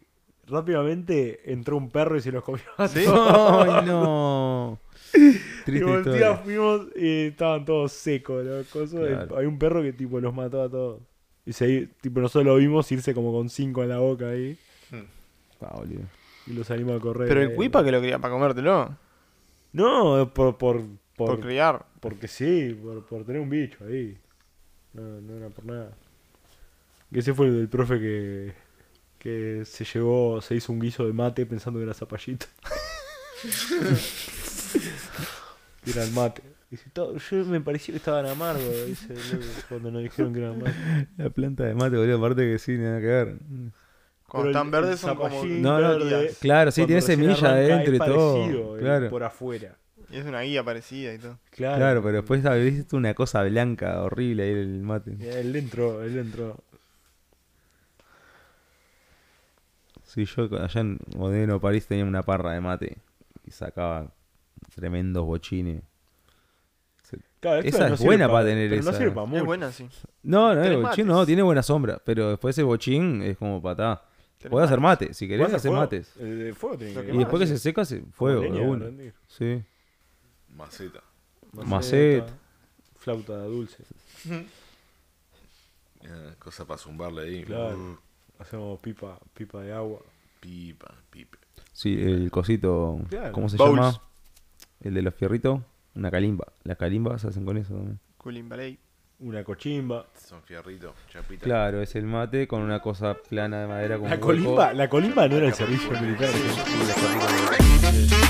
C: rápidamente entró un perro y se los comió a
D: ¿Sí?
C: todos.
B: ¡Ay, no!
C: Y
B: Triste
C: volteamos,
B: historia.
C: fuimos y estaban todos secos. los cosos.
B: Claro.
C: Hay un perro que tipo los mató a todos. Y se, tipo, nosotros lo vimos irse como con cinco en la boca ahí.
B: Pa, Ah, boludo.
C: Y los animó a correr.
D: Pero
C: Eh,
D: el cuipa que lo quería para comértelo.
C: No, por- por,
D: Por,
C: por,
D: criar.
C: Porque sí, por, por tener un bicho ahí. No, no era por nada. Que Ese fue el del profe que, que se llevó, se hizo un guiso de mate pensando que era zapallito. Y era el mate. Dice, "Todo- yo me pareció que estaban amargos, dice, luego, cuando nos dijeron que eran amargos.
B: La planta de mate, boludo, aparte que sí, nada que ver.
D: Cuando
C: Pero el-
D: están verdes
C: el
D: son como.
C: zapallín
B: No, no,
C: verde,
B: claro, sí,
C: cuando
B: tiene
C: recién
B: semilla
C: arranca, es
B: adentro y todo,
C: parecido, el
B: claro.
C: Por afuera.
D: y es una guía parecida y todo.
C: Claro.
B: Claro, pero después viste una cosa blanca, horrible ahí el mate.
C: Él entró, él entró.
B: Sí, yo con- allá en Modeno, París, tenía una parra de mate y sacaba tremendos bochines. Se-
C: Claro, esto
B: Esa es
C: sirve
B: buena para tener
C: pero No
B: esa.
C: sirve para
D: Es
C: mucho.
D: buena, sí.
B: No, no, el
D: Tenés
B: bochín
D: mates.
B: no, tiene buena sombra, pero después el bochín es como patá.
D: Tenés
B: Podés hacer mate, si querés hacer
C: fuego?
B: mates.
C: El Eh, de fuego tiene
D: Lo
C: que
B: Y después que se seca, se fuego, de
C: Leña,
B: una.
C: rendir.
B: Sí.
E: Maceta.
B: Maceta.
C: Flauta dulce.
E: Eh, cosa para zumbarle ahí.
C: Claro.
E: Uh,
C: Hacemos pipa, pipa de agua.
E: pipa, pipe.
B: Sí, el cosito,
C: Claro.
B: ¿cómo se
D: Bowls.
B: llama? El de los fierritos, una calimba. Las calimbas se hacen con eso también.
D: Culimbaley.
C: Una cochimba.
E: Son fierritos, chapita.
B: Claro, es el mate con una cosa plana de madera como
C: La
B: un
C: colimba,
B: hueco.
C: la colimba no era el servicio militar. ¿no?